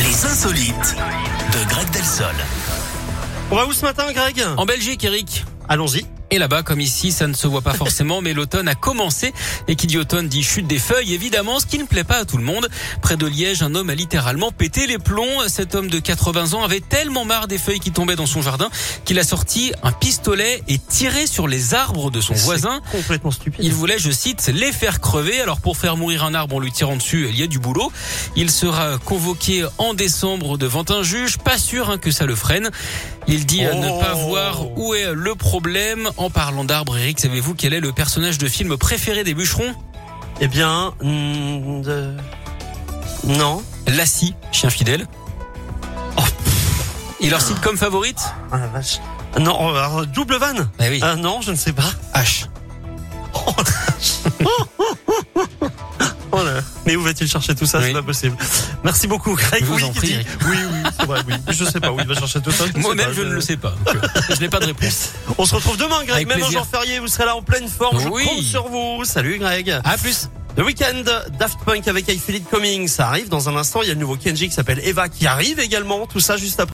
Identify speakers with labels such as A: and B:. A: insolites de Greg Delsol.
B: On va où ce matin, Greg
C: En Belgique, Eric.
B: Allons-y.
C: Et là-bas, comme ici, ça ne se voit pas forcément, mais l'automne a commencé. Et qui dit automne dit chute des feuilles, évidemment, ce qui ne plaît pas à tout le monde. Près de Liège, un homme a littéralement pété les plombs. Cet homme de 80 ans avait tellement marre des feuilles qui tombaient dans son jardin qu'il a sorti un pistolet et tiré sur les arbres de son voisin.
B: C'est Complètement stupide.
C: Il voulait, je cite, les faire crever. Alors pour faire mourir un arbre en lui tirant dessus, il y a du boulot. Il sera convoqué en décembre devant un juge. Pas sûr hein, que ça le freine. Il dit euh, ne pas
B: Oh.
C: voir où est le problème. En parlant d'arbre, Eric, savez-vous quel est le personnage de film préféré des bûcherons
B: Eh bien, hmm, de- non.
C: Lassie, chien fidèle. Oh, pff. Il leur cite comme favorite
B: Ah la vache. Non, oh, alors, double vanne.
C: Eh oui,
B: Ah non, je ne sais pas.
C: H.
B: Oh là. Mais où va-t-il chercher tout ça
C: Oui.
B: C'est pas possible. Merci beaucoup, Greg.
C: Je vous
B: oui,
C: en
B: qui
C: prie,
B: dit-
C: Eric.
B: oui, oui, c'est vrai. Oui. Je sais pas où il va chercher tout ça. je ne sais
C: Moi-même,
B: pas,
C: je ne le sais pas. donc, euh, Je n'ai pas de réponse.
B: On se retrouve demain, Greg.
C: Avec
B: Même
C: plaisir.
B: un jour férié, vous serez là en pleine forme.
C: Oui. Ah.
B: Je compte sur vous. Salut, Greg.
C: À plus.
B: Le week-end, Daft Punk avec I Feel It Coming, ça arrive dans un instant. Il y a le nouveau Kenji qui s'appelle Eva qui arrive également. Tout ça juste après.